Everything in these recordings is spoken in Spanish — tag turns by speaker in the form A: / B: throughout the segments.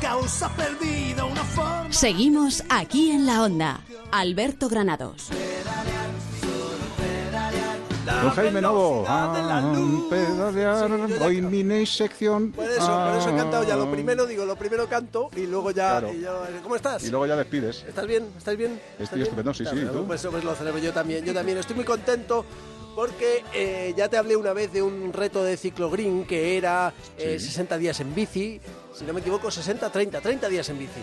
A: causa perdida, una forma.
B: Seguimos aquí en la onda. Alberto Granados.
C: Don Jaime Novo, ah, pedalear, hoy mi sección.
D: Por eso, por eso he cantado ya lo
C: ah,
D: primero, digo, lo primero canto y luego ya.
C: Claro.
D: y ya- ¿Cómo estás?
C: Y luego ya despides.
D: ¿Estás bien? ¿Estás bien?
C: Estoy
D: ¿Estás bien?
C: estupendo, sí, sí, ¿y tú?
D: Pues, pues lo celebro yo también, yo también. Estoy muy contento porque eh, ya te hablé una vez de un reto de ciclogreen que era eh,
C: Sí.
D: 60 días en bici, si no me equivoco, 60, 30, 30 días en bici.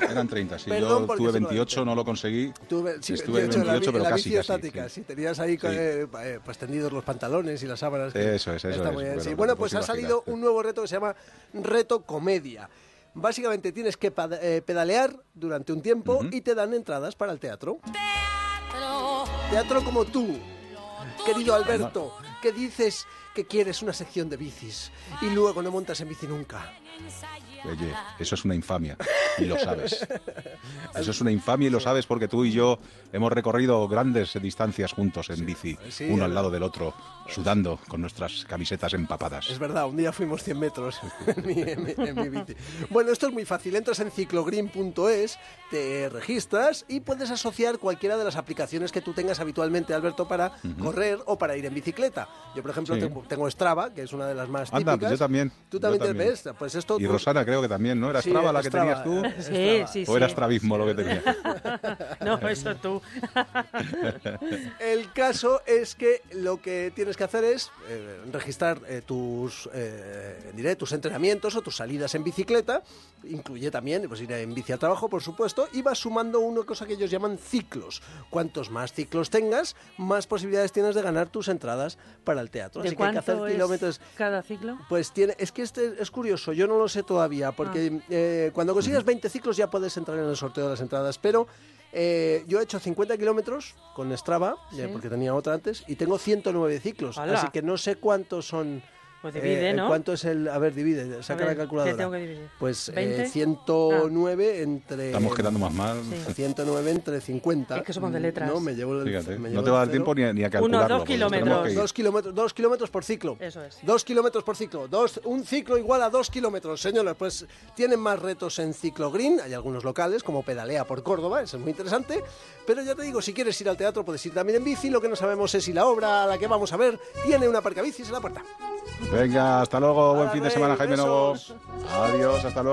C: Eran 30, sí.
D: Perdón,
C: Yo
D: porque
C: tuve
D: se lo
C: 28, no lo conseguí.
D: Tuve, sí,
C: Estuve
D: 28 en la, vi-
C: 28,
D: en
C: pero
D: la
C: casi,
D: bici
C: casi,
D: estática,
C: sí.
D: sí, tenías ahí
C: Sí.
D: eh, pa- eh, pues tendidos los pantalones y las sábanas. que
C: Eso es, eso
D: está
C: es.
D: muy bien, sí.
C: Bueno,
D: Bueno,
C: pues
D: pues ha
C: imaginar,
D: salido
C: sí.
D: un nuevo reto que se llama Reto Comedia. Básicamente tienes que pad- eh, pedalear durante un tiempo y te dan entradas para el teatro. Teatro como tú, querido Alberto, que dices que quieres una sección de bicis y luego no montas en bici nunca.
C: Oye, eso es una infamia y lo sabes. Eso es una infamia y lo sabes porque tú y yo hemos recorrido grandes distancias juntos en bici,
D: sí,
C: uno al
D: eh.
C: lado del otro, sudando con nuestras camisetas empapadas.
D: Es verdad, un día fuimos 100 metros en, mi, en mi- en mi bici. Bueno, esto es muy fácil. Entras en ciclogreen.es, te registras y puedes asociar cualquiera de las aplicaciones que tú tengas habitualmente, Alberto, para correr o para ir en bicicleta. Yo, por ejemplo,
C: Sí.
D: tengo, tengo Strava, que es una de las más
C: Anda,
D: típicas.
C: pues yo también.
D: ¿Tú
C: Yo
D: también, te
C: también.
D: ves? Pues esto...
C: Y
D: tú-
C: Rosana creo que también, ¿no? ¿Era
D: Sí,
C: Strava la que
D: Strava,
C: tenías tú?
D: eh,
E: Sí,
D: Strava.
E: sí, sí.
C: ¿O era estrabismo lo que tenías?
E: No, eso tú.
D: El caso es que lo que tienes que hacer es eh, registrar eh, tus, eh, diré, tus entrenamientos o tus salidas en bicicleta. Incluye también pues, ir en bici al trabajo, por supuesto, y vas sumando una cosa que ellos llaman ciclos. Cuantos más ciclos tengas, más posibilidades tienes de ganar tus entradas para el teatro.
E: ¿De
D: Así que hay que hacer
E: cuánto es
D: kilómetros.
E: cada ciclo?
D: Pues tiene, es que este es curioso, yo no lo sé todavía, porque
E: Ah.
D: eh, cuando consigas 20 ciclos ya puedes entrar en el sorteo de las entradas, pero eh, yo he hecho 50 kilómetros con Strava, eh, porque tenía otra antes, y tengo 109 ciclos,
E: ¡Hala!
D: así que no sé cuántos son... eh,
E: Pues divide, ¿no?
D: ¿Cuánto es el...? A ver, divide, saca la
E: ver,
D: calculadora.
E: ¿qué tengo que dividir?
D: Pues eh,
E: ¿veinte? Ah.
D: 109 entre...
C: Estamos quedando más mal.
E: Sí.
D: 109 entre 50.
E: Es que somos de letras.
D: No, me llevo el...
C: Fíjate,
D: me llevo
C: no te
D: el
C: va a dar
D: cero.
C: tiempo ni a, ni a
E: Uno, dos
C: calcularlo. porque nos tenemos
E: kilómetros.
C: que ir.
D: Dos kilómetros, dos kilómetros por ciclo.
E: Eso es.
D: Dos kilómetros por ciclo. Dos, un ciclo igual a dos kilómetros. Señores, pues tienen más retos en Ciclo Green. Hay algunos locales, como Pedalea por Córdoba, eso es muy interesante. Pero ya te digo, si quieres ir al teatro, puedes ir también en bici. Lo que no sabemos es si la obra a la que vamos a ver tiene una parcabicis en la puerta.
C: Venga, hasta luego. Buen
D: Hala,
C: fin de
D: Rey,
C: semana, Jaime Novo.
D: besos.
C: Adiós, hasta luego.